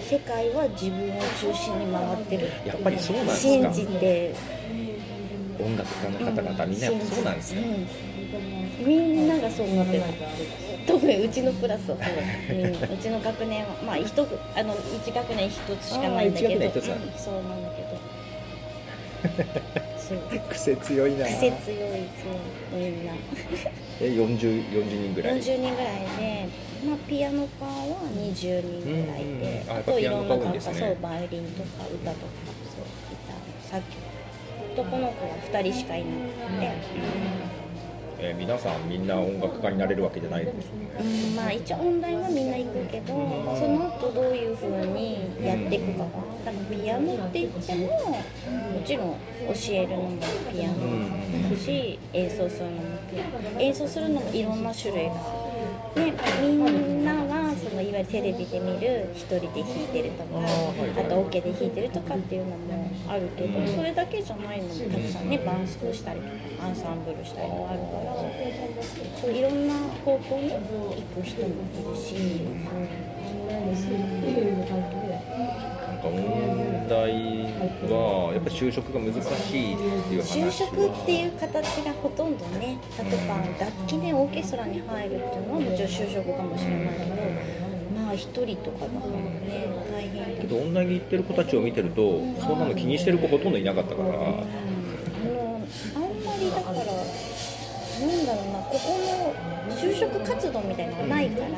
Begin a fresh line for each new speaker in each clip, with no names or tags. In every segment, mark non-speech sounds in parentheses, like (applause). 世界は自分を中心に回ってるって
やっぱりそうなんです
信
か
じて
音楽家の方々みんなやっぱそうなんですか、
うんみんながそうなってる特にうちのクラスはそう、うん、うちの学年はまあ一学あの一学年一つしかないんだけど
あー一学年一つなんだ
うんそうなんだけどそう
(laughs) 癖強いな
癖強いそうみんな
え 40, 40人ぐらい
40人ぐらいで、まあ、ピアノ科は20人ぐらい
うんうんう
で、
んあ
あといろんな
やっぱピアノ科多いん
楽
で
器
すね
そうバイオリンとか歌とかそうギターさっき男の子は2人しかいなくて、
えー皆さんみんな音楽家になれるわけじゃないですよね
うんまあ一応音大はみんな行くけど、その後どういうふうにやっていくかはだからピアノって言ってももちろん教えるのもピアノだし、演奏するのもピアノ演奏するのもいろんな種類がある。ね、みんなはそのいわゆるテレビで見る一人で弾いてるとか
あーはいはい
あとオケで弾いてるとかっていうのもあるけどそれだけじゃないのもたくさんね伴奏したりとかアンサンブルしたりとかあるから。そういろんな方向に行く人もいるし、
なんか音大はやっぱり就職が難しいっていう話
就職って
う
いう形がほとんどね例えば楽器でオーケストラに入るっていうのはもちろん就職かもしれないけどまあ一人とかだからね大変
けど音大に行ってる子たちを見てるとそんなの気にしてる子ほとんどいなかったから
もうあんまりだからなんだろうなここの就職活動みたいなのがないから。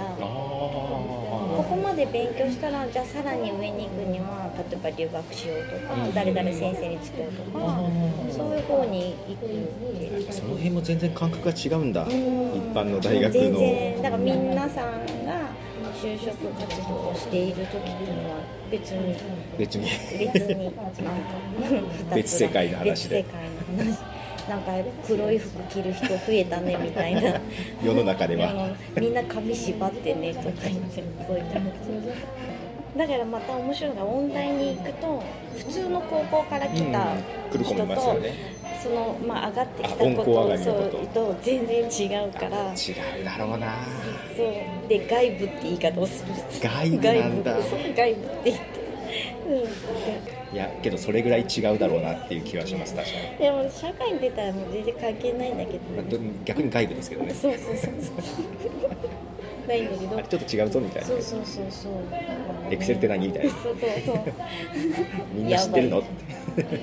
ここまで勉強したらじゃあさらに上に行くには例えば留学しようとか、
うん
誰々先生につこうとか、そういう方に行くっていう
その辺も全然感覚が違うんだ、一般の大学
全
の
然だから皆さんが就職活動をしている時っていうのは別に
別に
別になんか
別世界の話で
別世界の話なんか黒い服着る人増えたねみたいな
世の中で
あ
は
のみんな髪縛ってねとか言ってそういっただからまた面白いのが音大に行くと普通の高校から来た
来る子
人
もいますよ
と、
ね
そのまあ上がってきた
あ音
こ
高上
と
がりの
そ
こ
う
と
と全然違うからそ
違うだろうな
うで外部って言い方をする
外部なんだ
外部そう外部って言って。うん
いやけどそれぐらい違うだろうなっていう気はします確かに
でも社会に出たらもう全然関係ないんだけ
ま
ど
あ
ね
ど逆に外部ですけどね
そうそうそうそ
(laughs)
うないんだけ
あ
ど
れちょっと違うぞみたいな
そうそうそうそう
エクセルって何みたいな
そうそうそう
みんな知ってるの
や
って